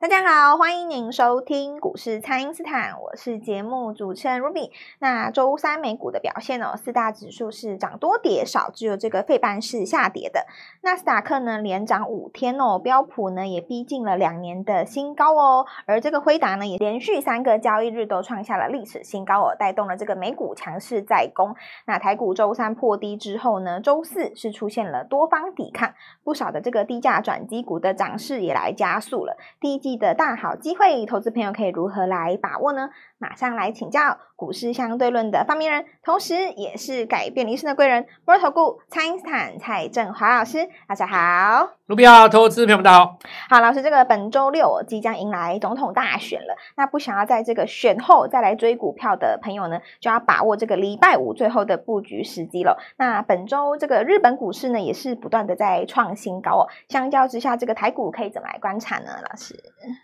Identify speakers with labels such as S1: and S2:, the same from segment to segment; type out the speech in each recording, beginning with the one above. S1: 大家好，欢迎您收听股市蔡因斯坦，我是节目主持人 Ruby。那周三美股的表现哦，四大指数是涨多跌少，只有这个费半是下跌的。纳斯达克呢连涨五天哦，标普呢也逼近了两年的新高哦，而这个辉达呢也连续三个交易日都创下了历史新高哦，带动了这个美股强势再攻。那台股周三破低之后呢，周四是出现了多方抵抗，不少的这个低价转机股的涨势也来加速了。第一季的大好机会，投资朋友可以如何来把握呢？马上来请教股市相对论的发明人，同时也是改变人生的贵人——摩尔投顾蔡英斯坦蔡振华老师，大家好。
S2: 卢比亚投资朋友们，大家好。
S1: 好，老师，这个本周六即将迎来总统大选了，那不想要在这个选后再来追股票的朋友呢，就要把握这个礼拜五最后的布局时机了。那本周这个日本股市呢，也是不断的在创新高哦。相较之下，这个台股可以怎么来观察呢？老师？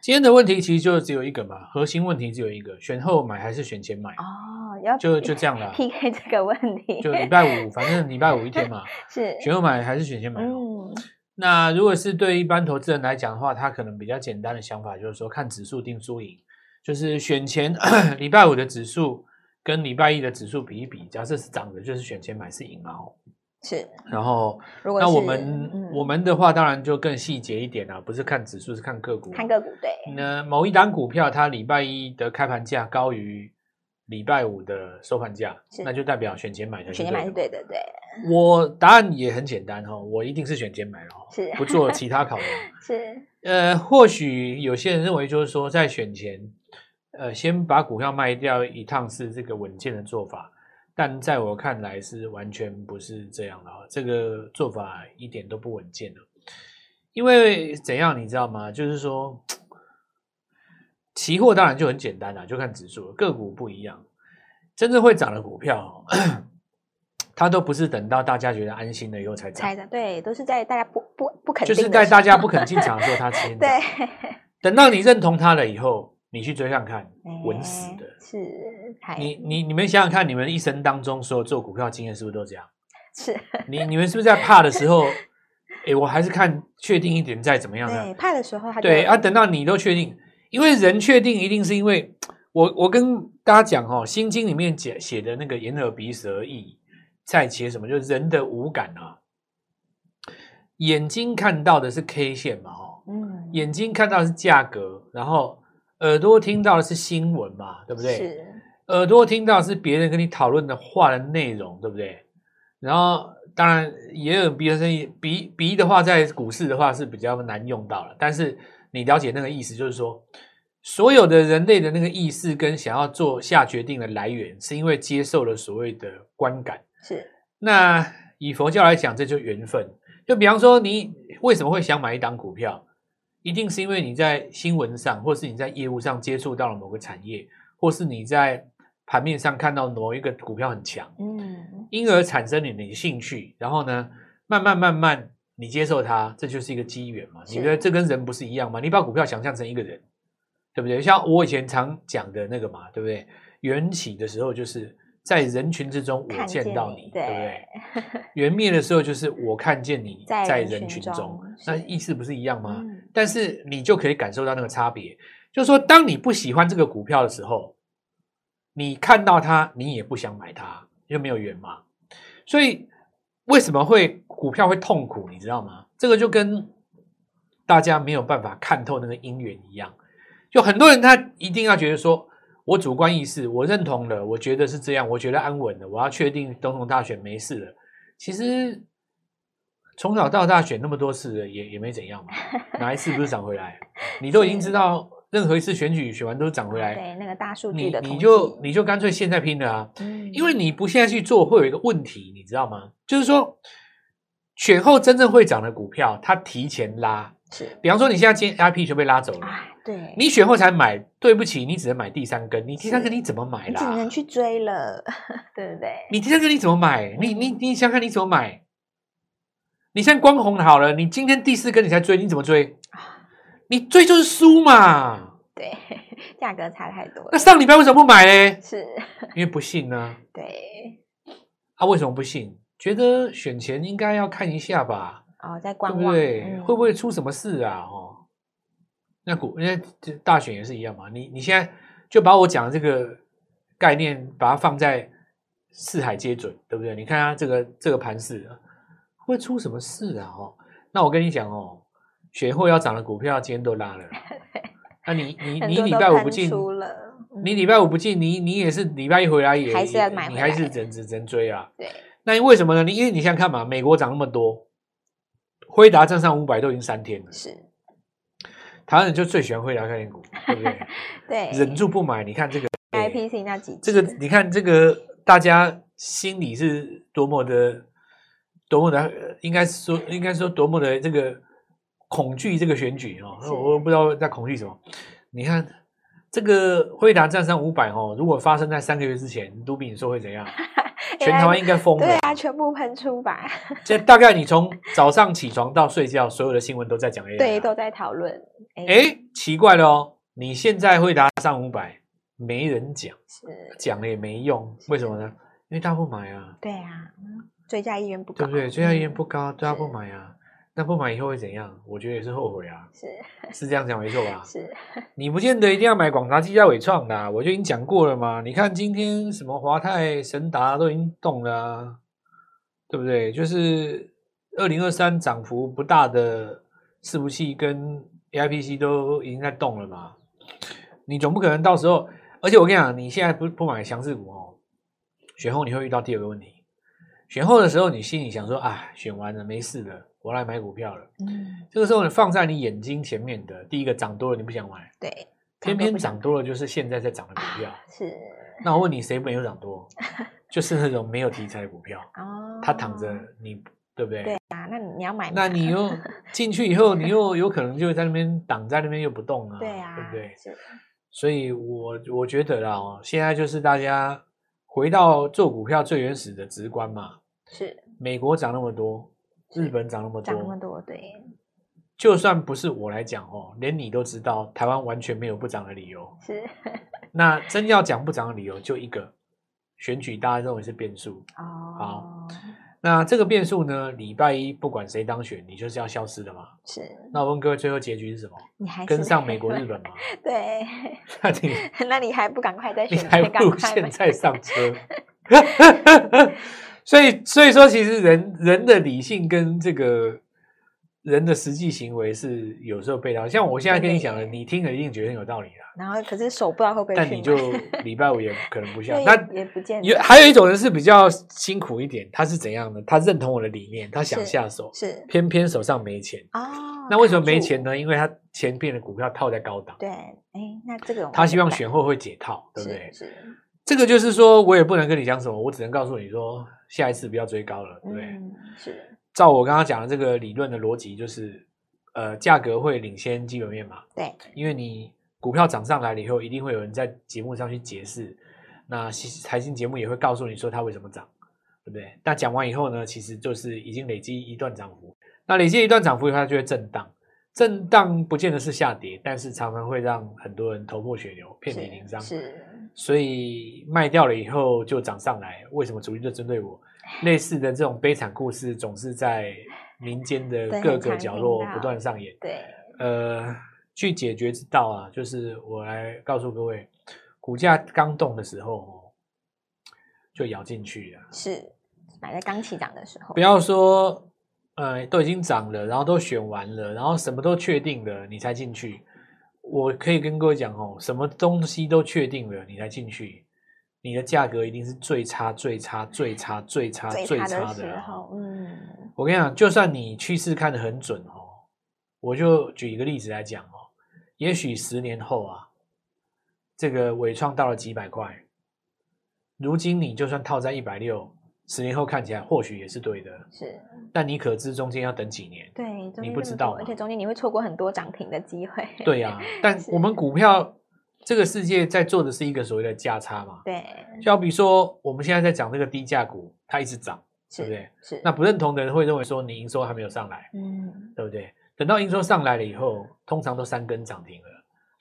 S2: 今天的问题其实就只有一个嘛，核心问题只有一个：选后买还是选前买？
S1: 哦，要
S2: 就就这样啦。
S1: PK 这个问题，
S2: 就礼拜五，反正礼拜五一 天嘛，
S1: 是
S2: 选后买还是选前买哦。
S1: 嗯，
S2: 那如果是对一般投资人来讲的话，他可能比较简单的想法就是说，看指数定输赢，就是选前 礼拜五的指数跟礼拜一的指数比一比，假设是涨的，就是选前买是赢嘛哦。
S1: 是。
S2: 然后
S1: 如果
S2: 那
S1: 是
S2: 我们、
S1: 嗯
S2: 我们的话，当然就更细节一点啦、不是看指数，是看个股。
S1: 看个股对，
S2: 那某一档股票，它礼拜一的开盘价高于礼拜五的收盘价
S1: 是，
S2: 那就代表选前买才是
S1: 选
S2: 对
S1: 前买是
S2: 的。
S1: 对的，对，
S2: 我答案也很简单哦，我一定是选前买了哦，
S1: 是
S2: 不做其他考量。
S1: 是
S2: 呃，或许有些人认为就是说，在选前，呃，先把股票卖掉一趟是这个稳健的做法，但在我看来是完全不是这样的、哦，这个做法一点都不稳健的。因为怎样你知道吗？就是说，期货当然就很简单啦、就看指数，个股不一样。真正会涨的股票、哦，它都不是等到大家觉得安心了以后才
S1: 猜
S2: 涨，
S1: 的，对，都是在大家不不不肯
S2: 就
S1: 定的时
S2: 是
S1: 候，
S2: 在大家不肯进场的时候，它 先
S1: 对
S2: 涨。，等到你认同它了以后，你去追看看，稳死
S1: 哎
S2: 的。
S1: 是，还
S2: 你你你们想想看，你们一生当中所有做股票经验是不是都这样？
S1: 是
S2: 你你们是不是在怕的时候，哎，我还是看确定一点再怎么样呢
S1: 对？派的时候他就
S2: 对啊，等到你都确定，因为人确定一定是因为我我跟大家讲哦，《心经》里面写写的那个眼耳鼻舌意在写什么，就是人的五感啊。眼睛看到的是 K 线嘛，哦，
S1: 嗯
S2: 眼睛看到的是价格，然后耳朵听到的是新闻嘛，对
S1: 对
S2: 不对？
S1: 是
S2: 耳朵听到的是别人跟你讨论的话的内容，对不对？然后当然也有鼻的声音，鼻鼻的话在股市的话是比较难用到了，但是你了解那个意思，就是说所有的人类的那个意识跟想要做下决定的来源，是因为接受了所谓的观感。
S1: 是
S2: 那以佛教来讲，这就缘分。就比方说，你为什么会想买一档股票，一定是因为你在新闻上，或是你在业务上接触到了某个产业，或是你在盘面上看到某一个股票很强，
S1: 嗯
S2: 因而产生你的兴趣，然后呢，慢慢慢慢你接受它，这就是一个机缘嘛。
S1: 是
S2: 你觉得这跟人不是一样吗？你把股票想象成一个人，对不对？像我以前常讲的那个嘛，对不对？缘起的时候就是在人群之中我
S1: 看见
S2: 见到
S1: 你
S2: 你，对不对？缘灭的时候就是我看见你
S1: 在
S2: 在
S1: 人
S2: 人
S1: 群
S2: 群
S1: 中
S2: 中，
S1: 是
S2: 那意思不是一样吗？
S1: 嗯
S2: 但是你就可以感受到那个差别。就是说，当你不喜欢这个股票的时候，你看到它，你也不想买它，因为没有缘嘛。所以为什么会股票会痛苦，你知道吗？这个就跟大家没有办法看透那个因缘一样。就很多人他一定要觉得说，我主观意识，我认同了，我觉得是这样，我觉得安稳了，我要确定总统大选没事了。其实从小到大选那么多次了，也也没怎样嘛，哪一次不是涨回来？你都已经知道，任何一次选举选完都是涨回来，
S1: 对那个大数据
S2: 你
S1: 的
S2: 你
S1: 统
S2: 就
S1: 计
S2: 你就干脆现在拼了啊！
S1: 嗯
S2: 因为你不现在去做，会有一个问题，你知道吗？就是说，选后真正会涨的股票，它提前拉。
S1: 是
S2: 比方说，你现在今天 IP 全被拉走了，
S1: 啊对
S2: 你选后才买，对不起，你只能买第三根。你第三
S1: 是
S2: 根你怎么买
S1: 你
S2: 啦？
S1: 只能去追了， 对不对？
S2: 你第三根你怎么买？你你你想想看你怎么买？你现在光红好了，你今天第四根你才追，你怎么追？你追就是输嘛。
S1: 对， 价格差太多
S2: 那
S1: 了，
S2: 上礼拜为什么不买嘞？
S1: 是
S2: 因为不信啊。
S1: 对
S2: 啊，为什么不信？觉得选前应该要看一下吧，
S1: 哦，在
S2: 对
S1: 观
S2: 不
S1: 望
S2: 对？
S1: 嗯
S2: 会不会出什么事啊？哦，那股因为这大选也是一样嘛，你你现在就把我讲的这个概念，把它放在四海皆准，对不对？你看它这个这个盘势啊会出什么事啊？哦，那我跟你讲哦，选后要涨的股票今天都拉了， 那你你
S1: 很
S2: 你
S1: 多
S2: 礼
S1: 都
S2: 拜五
S1: 喷
S2: 不进，
S1: 出了，嗯
S2: 你礼拜五不进，你你也是礼拜一回来也
S1: 还是
S2: 也
S1: 要买
S2: 你
S1: 回
S2: 还
S1: 来
S2: 是只能只能追啊。
S1: 对，
S2: 那因为什么呢？你因为你想想看嘛，美国涨那么多，辉达站上五百都已经三天了，
S1: 是，
S2: 台湾人就最喜欢辉达概念股，对不对？
S1: 对
S2: 忍住不买，你看这个
S1: IPC 那几
S2: 这个
S1: 只，
S2: 你看这个大家心里是多么的多么的，呃应该是说应该说多么的这个恐惧这个选举哦，
S1: 是
S2: 我我不知道在恐惧什么。你看这个辉达站上五百哦，如果发生在三个月之前，都比你说 会怎样？全台湾应该疯了
S1: 对。啊，全部喷出吧，
S2: 这大概你从早上起床到睡觉，所有的新闻都在讲 AI 啊。
S1: 对，都在讨论，
S2: 哎，奇怪了哦，你现在会达上五百，没人讲，
S1: 是，
S2: 讲了也没用，为什么呢？因为大家不买啊，
S1: 对啊，嗯追加意愿不高，
S2: 对不对？追加意愿
S1: 嗯
S2: 不高，大家不
S1: 是
S2: 买啊。那不买以后会怎样？我觉得也是后悔啊，
S1: 是？
S2: 是这样讲没错吧
S1: 是，
S2: 你不见得一定要买广达、技嘉、伟创的、啊，我就已经讲过了嘛。你看今天什么华泰、神达都已经动了、啊，对不对？就是二零二三涨幅不大的伺服器跟 AIPC 都已经在动了嘛。你总不可能到时候，而且我跟你讲，你现在不不买强势股哦，选后你会遇到第二个问题。选后的时候，你心里想说啊，选完了没事了，我来买股票了。
S1: 嗯，
S2: 这个时候，你放在你眼睛前面的第一个涨多了，你不想买。
S1: 对，多
S2: 偏偏
S1: 不啊想
S2: 涨多了就是现在在涨的股票。
S1: 是，
S2: 那我问你，谁没有涨 多？就是那种没有题材的股票，
S1: 哦，
S2: 它躺着你，对不对？
S1: 对啊，那你要买吗，
S2: 那你 又进去以后，你又有可能就在那边挡在那边又不动啊，
S1: 对啊，
S2: 不对？
S1: 是
S2: 所以我我觉得啦，哦，现在就是大家回到做股票最原始的直观嘛。
S1: 是
S2: 美国涨那么多，
S1: 是
S2: 日本涨那么
S1: 涨那么
S2: 多，
S1: 多，对，
S2: 就算不是我来讲哦，连你都知道，台湾完全没有不涨的理由。
S1: 是
S2: 那真要讲不涨的理由，就一个，选举大家认为是变数。
S1: 哦，
S2: 那这个变数呢，礼拜一不管谁当选，你就是要消失的嘛。
S1: 是，
S2: 那我问各位，最后结局是什么？
S1: 你还
S2: 跟
S1: 哎是
S2: 上美国、日本 吗？
S1: 对，
S2: 那你
S1: 那你还不赶快再
S2: 你
S1: 选
S2: 还
S1: 择，
S2: 不
S1: 赶
S2: 如
S1: 快
S2: 现
S1: 买，
S2: 在上车。所以，所以说，其实人人的理性跟这个人的实际行为是有时候被到。像我现在跟你讲的，
S1: 真的耶
S2: 你听了一定觉得很有道理啦，
S1: 然后可是手不知道会不会去
S2: 但
S1: 买，
S2: 你就礼拜五也 可能不像。
S1: 对
S2: 那啊
S1: 也不见
S2: 有
S1: 得
S2: 还有一种人是比较辛苦一点，他是怎样呢？他认同我的理念，他想
S1: 是
S2: 下手，
S1: 是
S2: 偏偏手上没钱。
S1: 哦，
S2: 那为什么
S1: 卡
S2: 没
S1: 住
S2: 钱？呢？因为他前边的股票套在高档，
S1: 对，哎，那这种
S2: 他希望
S1: 怎么
S2: 选后会解套，对
S1: 办
S2: 不对？
S1: 是是，
S2: 这个就是说我也不能跟你讲什么，我只能告诉你说，下一次不要追高了，对不对？
S1: 嗯，是，
S2: 照我刚刚讲的这个理论的逻辑，就是呃，价格会领先基本面嘛，
S1: 对，
S2: 因为你股票涨上来了以后，一定会有人在节目上去解释，那其实财经节目也会告诉你说它为什么涨，对不对？那讲完以后呢，其实就是已经累积一段涨幅，那累积一段涨幅以后，它就会震荡。震荡不见得是下跌，但是常常会让很多人头破血流、遍体
S1: 是
S2: 鳞伤。
S1: 是，
S2: 所以卖掉了以后就涨上来，为什么主力就针对我？类似的这种悲惨故事总是在民间的
S1: 对
S2: 各
S1: 很
S2: 个
S1: 常
S2: 角
S1: 听
S2: 落
S1: 到
S2: 不断上演。
S1: 对，
S2: 呃，去解决之道啊，就是我来告诉各位，股价刚动的时候哦，就咬进去了，
S1: 是买在刚起涨的时候，
S2: 不要说呃都已经涨了，然后都选完了，然后什么都确定了，你才进去。我可以跟各位讲哦，什么东西都确定了，你才进去，你的价格一定是最差、最差、最差、最差、
S1: 最
S2: 最
S1: 差
S2: 差
S1: 的
S2: 的啊
S1: 时
S2: 啦
S1: 候，嗯，
S2: 我跟你讲，就算你趋势看得很准哦，我就举一个例子来讲哦，也许十年后啊，这个伟创到了几百块，如今你就算套在一百六，十年后看起来或许也是对的，
S1: 是
S2: 但你可知中间要等几年？
S1: 对，中
S2: 你
S1: 间
S2: 不
S1: 这
S2: 知
S1: 么
S2: 道
S1: 多而
S2: 嘛
S1: 且中间你会错过很多涨停的机会，
S2: 对呀、但我们股票这个世界在做的是一个所谓的价差嘛，
S1: 对，
S2: 就好比说我们现在在讲这个低价股，它一直涨，
S1: 是
S2: 对不对？？
S1: 是
S2: 那不认同的人会认为说你营收还没有上来。
S1: 嗯，
S2: 对不对？等到营收上来了以后，通常都三根涨停了，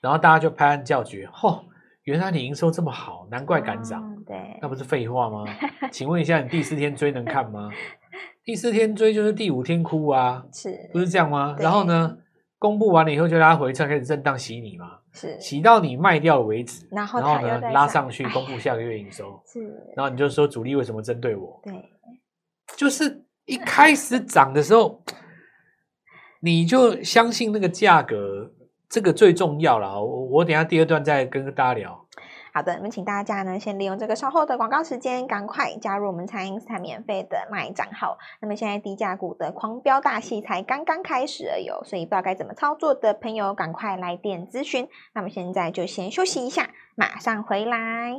S2: 然后大家就拍案叫绝，吼、原来你营收这么好，难怪敢涨，
S1: 哦，对，
S2: 那不是废 话吗？请问一下，你第四天追能看吗？第四天追就是第五天哭啊，
S1: 是
S2: 不是这样吗？然后呢，公布完了以后就拉回撤，开始震荡洗你嘛，
S1: 是
S2: 洗到你卖掉为止，
S1: 然后它
S2: 呢
S1: 又再
S2: 拉
S1: 上
S2: 上去
S1: 哎
S2: 公布下个月 营收，
S1: 是，
S2: 然后你就说主力为什么针对我？
S1: 对，
S2: 就是一开始涨的时候，你就相信那个价格，这个最重要了。我我等一下第二段再跟大家聊。
S1: 好的，那么请大家呢，先利用这个稍后的广告时间，赶快加入我们财经斯坦免费的 LINE 账号。那么现在低价股的狂飙大戏才刚刚开始而已哦，所以不知道该怎么操作的朋友，赶快来电咨询。那么现在就先休息一下，马上回来。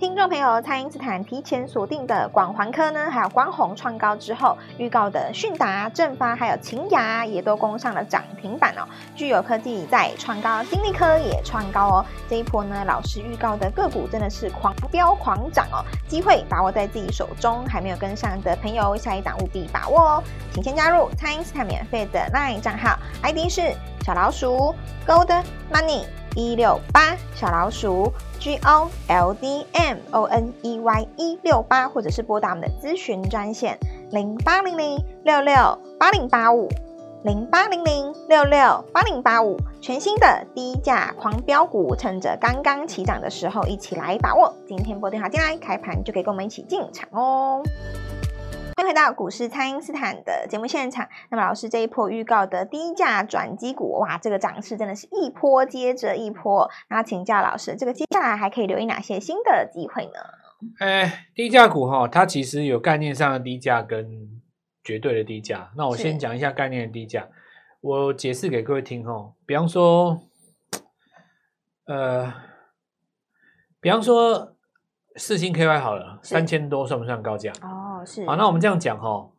S1: 听众朋友，蔡英斯坦提前锁定的广环科呢，还有光弘创高之后预告的迅达、正发，还有秦雅也都攻上了涨停板哦。具有科技在创高，金利科也创高哦。这一波呢，老师预告的个股真的是狂飙狂涨哦，机会把握在自己手中。还没有跟上的朋友，下一档务必把握哦。请先加入蔡因斯坦免费的 LINE 账号，ID 是小老鼠 Gold Money 一六八，小老鼠 G O L D M O N E Y 一六八，或者是拨打我们的咨询专线零八零零六六八零八五。零八零零六六八零八五，全新的低价狂飙股，趁着刚刚起涨的时候，一起来把握。今天拨电话进来，开盘就可以跟我们一起进场哦。欢迎回到股市，蔡因斯坦的节目现场。那么，老师这一波预告的低价转机股，哇，这个涨势真的是一波接着一波。那请教老师，这个接下来还可以留意哪些新的机会呢？
S2: 哎，低价股哈、它其实有概念上的低价跟绝对的低价。那我
S1: 是
S2: 先讲一下概念的低价，我解释给各位听哦。比方说，呃，比方说四星 KY 好了，
S1: 是
S2: 三千多算不算高价？
S1: 哦，是
S2: 好，那我们这样讲哈、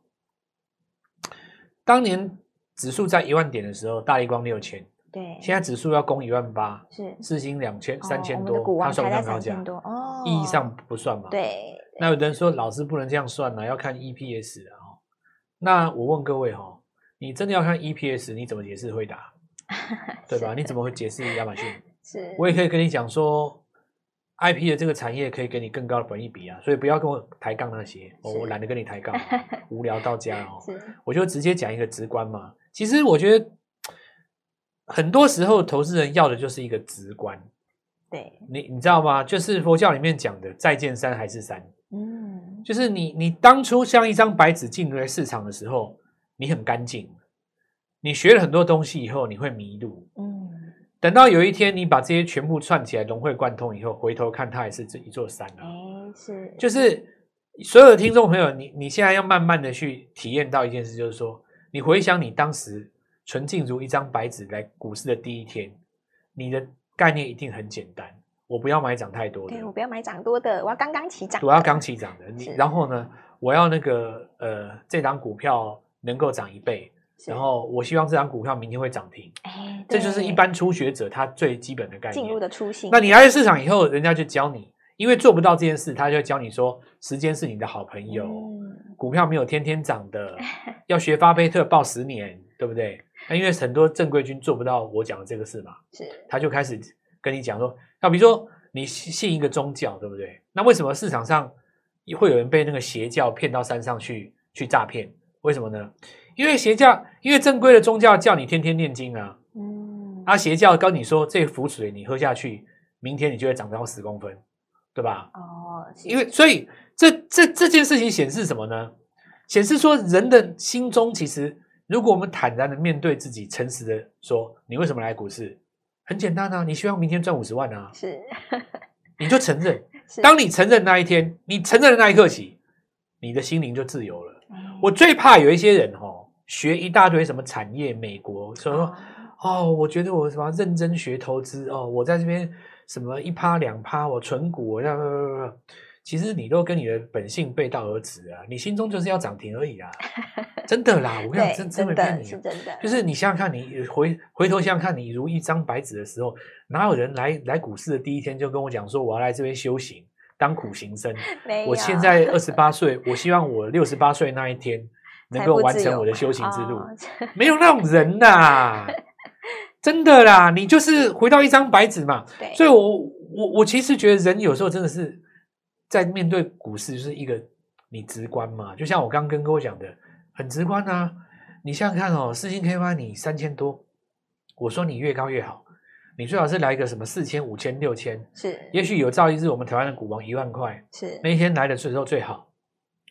S2: 当年指数在一万点的时候，大力光六千，
S1: 对
S2: 现在指数要攻一万八，
S1: 是哦
S2: 四星两千三千
S1: 我们的股
S2: 多，它
S1: 王
S2: 算
S1: 才
S2: 不
S1: 在
S2: 算
S1: 三
S2: 高价
S1: 千？多哦，
S2: 意义上不算嘛？。
S1: 对
S2: 那有人说老师不能这样算啊呢、要看 EPS 啊、哦。那我问各位哈、哦，你真的要看 EPS，你怎么解释惠 达，对吧？
S1: 是
S2: 你怎么会解释亚马逊？
S1: 是，
S2: 我也可以跟你讲说，IP 的这个产业可以给你更高的本益比啊，所以不要跟我抬杠那些，哦
S1: 是
S2: 我懒得跟你抬杠，啊 无聊到家哦。
S1: 是
S2: 我就直接讲一个直观嘛。其实我觉得很多时候投资人要的就是一个直观，
S1: 对，
S2: 你你知道吗？就是佛教里面讲的“再见山还是山”。
S1: 嗯，
S2: 就是你你当初像一张白纸进入市场的时候，你很干净，你学了很多东西以后，你会迷路。
S1: 嗯，
S2: 等到有一天你把这些全部串起来，融会贯通以后，回头看它也是这一座山
S1: 哎、
S2: 啊。
S1: 是，
S2: 就是所有的听众朋友，你你现在要慢慢的去体验到一件事，就是说，你回想你当时纯净如一张白纸来股市的第一天，你的概念一定很简单，我不要买涨太多的，
S1: 对我不要买涨多的，我要刚刚起涨，
S2: 我要刚，起涨的，你
S1: 是
S2: 然后呢，我要那个呃，这档股票能够涨一倍，
S1: 是
S2: 然后我希望这档股票明天会涨停，
S1: 哎、
S2: 这就是一
S1: 对
S2: 般初学者他最基本的概
S1: 进入
S2: 念。
S1: 的初心。
S2: 那你来了市场以后，人家就教你，因为做不到这件事，他就会教你说，时间是你的好朋友，
S1: 嗯
S2: 股票没有天天涨的，要学巴菲特报十年，对不对？那因为很多正规军做不到我讲的这个事嘛，
S1: 是
S2: 他就开始跟你讲说，那比如说你信信一个宗教，对不对？那为什么市场上会有人被那个邪教骗到山上去去诈骗？为什么呢？因为邪教，因为正规的宗教叫你天天念经啊，
S1: 嗯
S2: 啊，邪教跟你说这符水你喝下去，明天你就会长到十公分，对吧？
S1: 哦，是
S2: 因为所以这这这件事情显示什么呢？显示说人的心中其实，如果我们坦然的面对自己，诚实的说，你为什么来股市？很简单啊，你希望明天赚五十万啊，
S1: 是
S2: 你就承认。
S1: 是
S2: 当你承认那一天，你承认的那一刻起，你的心灵就自由了。
S1: 哎
S2: 我最怕有一些人哦，学一大堆什么产业，美国什么
S1: 哦
S2: 哦，我觉得我什么认真学投资哦，我在这边什么一趴两趴，我存股，我让其实你都跟你的本性背道而驰啊！你心中就是要涨停而 已啊，真的啦！我跟你
S1: 对
S2: 讲，真真
S1: 真
S2: 没骗
S1: 的
S2: 你
S1: 是
S2: 啊，
S1: 真的，
S2: 就是你想想看，你回回头想想看，你如一张白纸的时候，哪有人来来股市的第一天就跟我讲说我要来这边修行，当苦行僧？
S1: 没有
S2: 我现在二十八岁，我希望我六十八岁那一天能够完成我的修行之路。
S1: 哦 是
S2: 没有那种人呐、真的啦，你就是回到一张白纸嘛。
S1: 对，
S2: 所以我我我其实觉得人有时候真的是在面对股市，就是一个你直观嘛，就像我刚刚跟各位讲的，很直观啊。你想想看哦，四星 K Y 你三千多，我说你越高越好，你最好是来个什么四千、五千、六千，
S1: 是
S2: 也许有朝一日我们台湾的股王一万块，
S1: 是
S2: 那一天来的时候最好。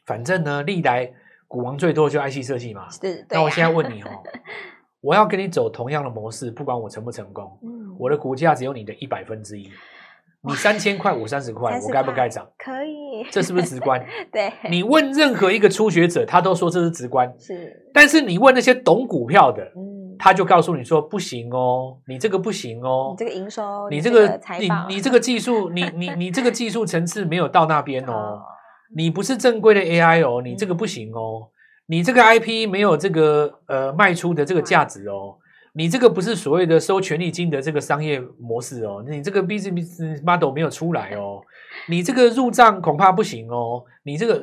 S2: 反正呢，历来股王最多就 IC 设计嘛。
S1: 是，对啊
S2: 那我
S1: 呀
S2: 现在问你 哦，我要跟你走同样的模式，不管我成不成功，
S1: 嗯
S2: 我的股价只有你的一百分之一。你三千块，我三十块，
S1: 30
S2: 我该不该涨？
S1: 可以，
S2: 这是不是直观？
S1: 对，
S2: 你问任何一个初学者，他都说这是直观。
S1: 是
S2: 但是你问那些懂股票的，
S1: 嗯，
S2: 他就告诉你说不行哦，你这个不行哦
S1: 你，这个营收，
S2: 你这个
S1: 个啊财
S2: 你
S1: 报，
S2: 你这个技术，你你你这个技术层次没有到那边哦，你不是正规的 AI 哦，你这个
S1: 嗯
S2: 不行哦，你这个 IP 没有这个呃卖出的这个价值哦。你这个不是所谓的收权利金的这个商业模式哦，你这个 business model 没有出来哦，你这个入账恐怕不行哦，你这个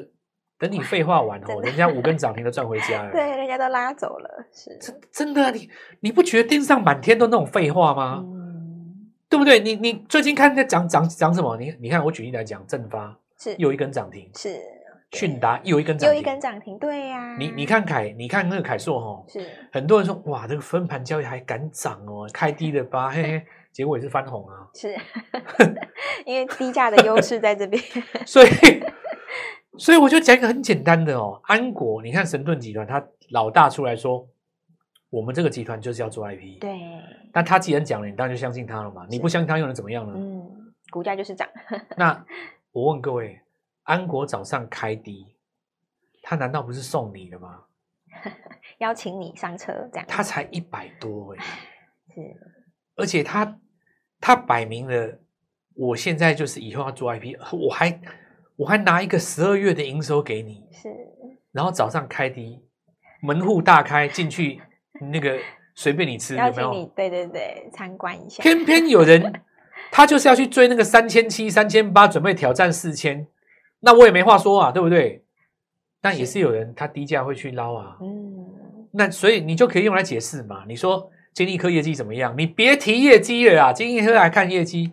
S2: 等你废话完
S1: 真
S2: 哦，
S1: 的
S2: 人家五根涨停都赚回家 了。
S1: 对，人家都拉走了，是，
S2: 真的啊，你你不觉得电视上满天都那种废话吗？
S1: 嗯，
S2: 对不对？你你最近看在讲讲讲什么？你你看我举例来讲，正发
S1: 是
S2: 又一根涨停，
S1: 是
S2: 迅达又一根涨
S1: 又
S2: 停，
S1: 一根涨停，对呀，
S2: 你你看凯，你看那个凯硕哈，
S1: 是
S2: 很多人说哇，这个分盘交易还敢涨哦，开低了吧，嘿嘿，结果也是翻红啊。
S1: 是，因为低价的优势在这边，
S2: 所以所以我就讲一个很简单的哦，安国，你看神盾集团，他老大出来说，我们这个集团就是要做 IP，
S1: 对，
S2: 那他既然讲了，你当然就相信他了嘛。你不相信他又能怎么样呢？
S1: 嗯，股价就是涨，
S2: 那我问各位，安国早上开低，他难道不是送你的吗？
S1: 邀请你上车这样，
S2: 他才一百多哎、
S1: 是
S2: 而且他他摆明了，我现在就是以后要做 IP，我还我还拿一个十二月的营收给你，
S1: 是，
S2: 然后早上开低，门户大开进去，那个随便你吃，
S1: 邀
S2: 有没
S1: 请你
S2: 有？
S1: 对对对参观一下，
S2: 偏偏有人他就是要去追那个三千七、三千八，准备挑战四千，那我也没话说啊，对不对？但也
S1: 是
S2: 是有人他低价会去捞啊，
S1: 嗯，
S2: 那所以你就可以用来解释嘛。你说金立科业绩怎么样？你别提业绩了啊，金立科还看业绩，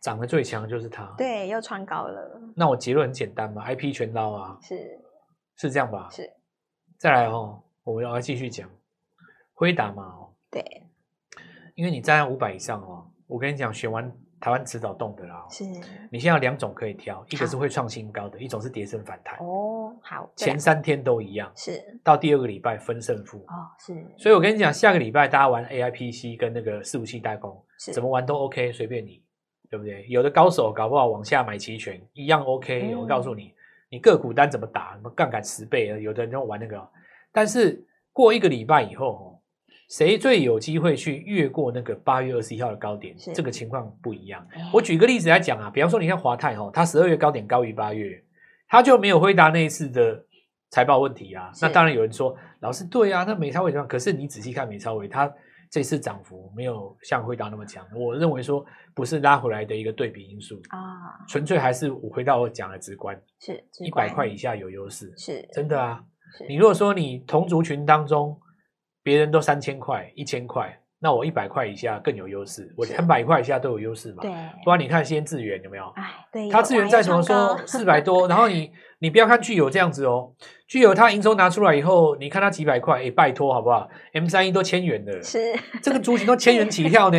S2: 涨得最强的就是它。
S1: 对，又创高了，
S2: 那我结论很简单嘛，IP 全捞啊，
S1: 是
S2: 是这样吧？
S1: 是，
S2: 再来哦，我们要继续讲辉达嘛哦，
S1: 对，
S2: 因为你站在五百以上哦，我跟你讲，选完台湾迟早动的啦哦、
S1: 是，
S2: 你现在有两种可以挑，一个是会创新高的，一种是跌升反弹。
S1: 哦，好，对啊
S2: 前三天都一样，
S1: 是，
S2: 到第二个礼拜分胜负。
S1: 哦，是，
S2: 所以我跟你讲，下个礼拜大家玩 AIPC 跟那个四五七代工，
S1: 是
S2: 怎么玩都 OK，随便你，对不对？有的高手搞不好往下买期权一样 OK，、
S1: 嗯
S2: 我告诉你，你个股单怎么打，什么杠杆十倍，有的人就玩那个哦。但是过一个礼拜以后哦，谁最有机会去越过那个八月二十一号的高点
S1: 是？
S2: 这个情况不一样。
S1: 哎
S2: 我举个例子来讲啊，比方说你看华泰哦，它十二月高点高于八月，它就没有回答那一次的财报问题啊。
S1: 是
S2: 那当然有人说，老师对啊，那美超伟怎么样？可是你仔细看美超伟，它这次涨幅没有像回答那么强。我认为说不是拉回来的一个对比因素，
S1: 啊，
S2: 纯粹还是我回到我讲的直观，
S1: 是直
S2: 一百
S1: 观
S2: 块以下有优势，
S1: 是
S2: 真的啊。
S1: 是
S2: 你如果说你同族群当中，别人都三千块、一千块，那我一百块以下更有优势，我
S1: 是
S2: 两百块以下都有优势嘛。
S1: 对，
S2: 不然你看先智源有没有？
S1: 哎，对，
S2: 它
S1: 有
S2: 资源
S1: 哇
S2: 在
S1: 又
S2: 什么时
S1: 创
S2: 候
S1: 高
S2: 四百多？然后 你你不要看具有这样子哦，具有它营收拿出来以后，你看它几百块，哎，拜托好不好？M 三一都千元的，
S1: 是
S2: 这个族群都千元起 跳呢，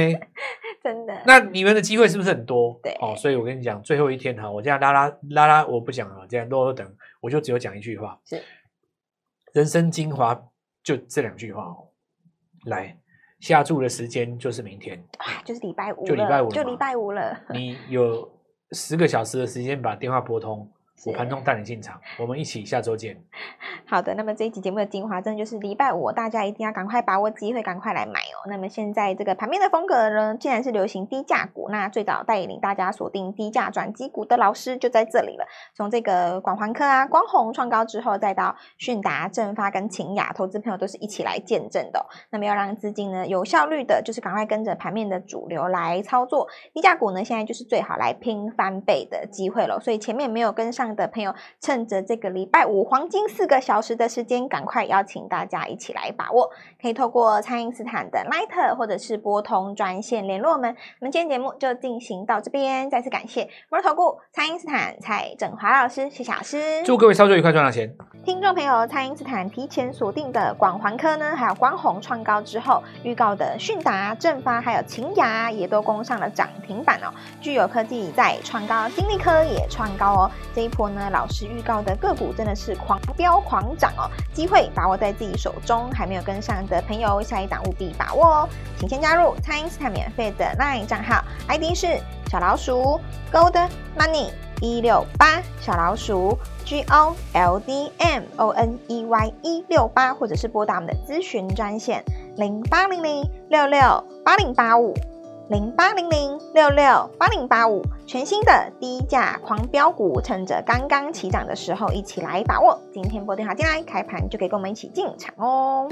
S1: 真的，
S2: 那你们的机会是不是很多？
S1: 对
S2: 哦，所以我跟你讲，最后一天哈，我这样拉拉拉拉，我不讲了，这样啰啰等，我就只有讲一句话，
S1: 是
S2: 人生精华就这两句话哦。来，下注的时间就是明天，
S1: 啊就是礼拜五了，
S2: 就礼拜五
S1: 就
S2: 了
S1: 礼
S2: 嘛嗯
S1: 拜五了，
S2: 你有十个小时的时间把电话拨通，
S1: 是
S2: 我
S1: 哎
S2: 盘中带你进场，我们一起下周见。
S1: 好的，那么这一期节目的精华，真的就是礼拜五，大家一定要赶快把握机会，赶快来买哦。那么现在这个盘面的风格呢，既然是流行低价股，那最早带领大家锁定低价转机股的老师就在这里了。从这个广环科啊、光弘创高之后，再到迅达、正发跟秦雅，投资朋友都是一起来见证的哦、那么要让资金呢有效率的，就是赶快跟着盘面的主流来操作。低价股呢，现在就是最好来拼翻倍的机会了。所以前面没有跟上的朋友，趁着这个礼拜五黄金四个小时的时间，赶快邀请大家一起来把握。可以透过蔡因斯坦的 Light 或者是拨通专线联络我们。那么今天节目就进行到这边，再次感谢摩尔投顾蔡因斯坦蔡振华老师、谢小师，
S2: 祝各位操作愉快，赚到钱！
S1: 听众朋友，蔡因斯坦提前锁定的广环科呢，还有光弘创高之后预告的迅达、正发，还有秦雅也都攻上了涨停板哦。具有科技在创高，金利科也创高哦。这一波呢，老师预告的个股真的是狂飙狂涨哦，机会把握在自己手中，还没有跟上的朋友，下一档务必把握哦。请先加入蔡因斯坦免费的 LINE 账号，ID 是小老鼠 Gold Money 一六八，小老鼠 G O L D M O N E Y 一六八，或者是拨打我们的咨询专线零八零零六六八零八五。零八零零六六八零八五，全新的低价狂飙股，趁着刚刚起涨的时候，一起来把握。今天拨电话进来，开盘就可以跟我们一起进场哦。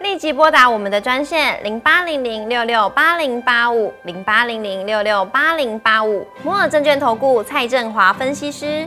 S3: 立即拨打我们的专线零八零零六六八零八五零八零零六六八零八五摩尔证券投顾蔡振华分析师。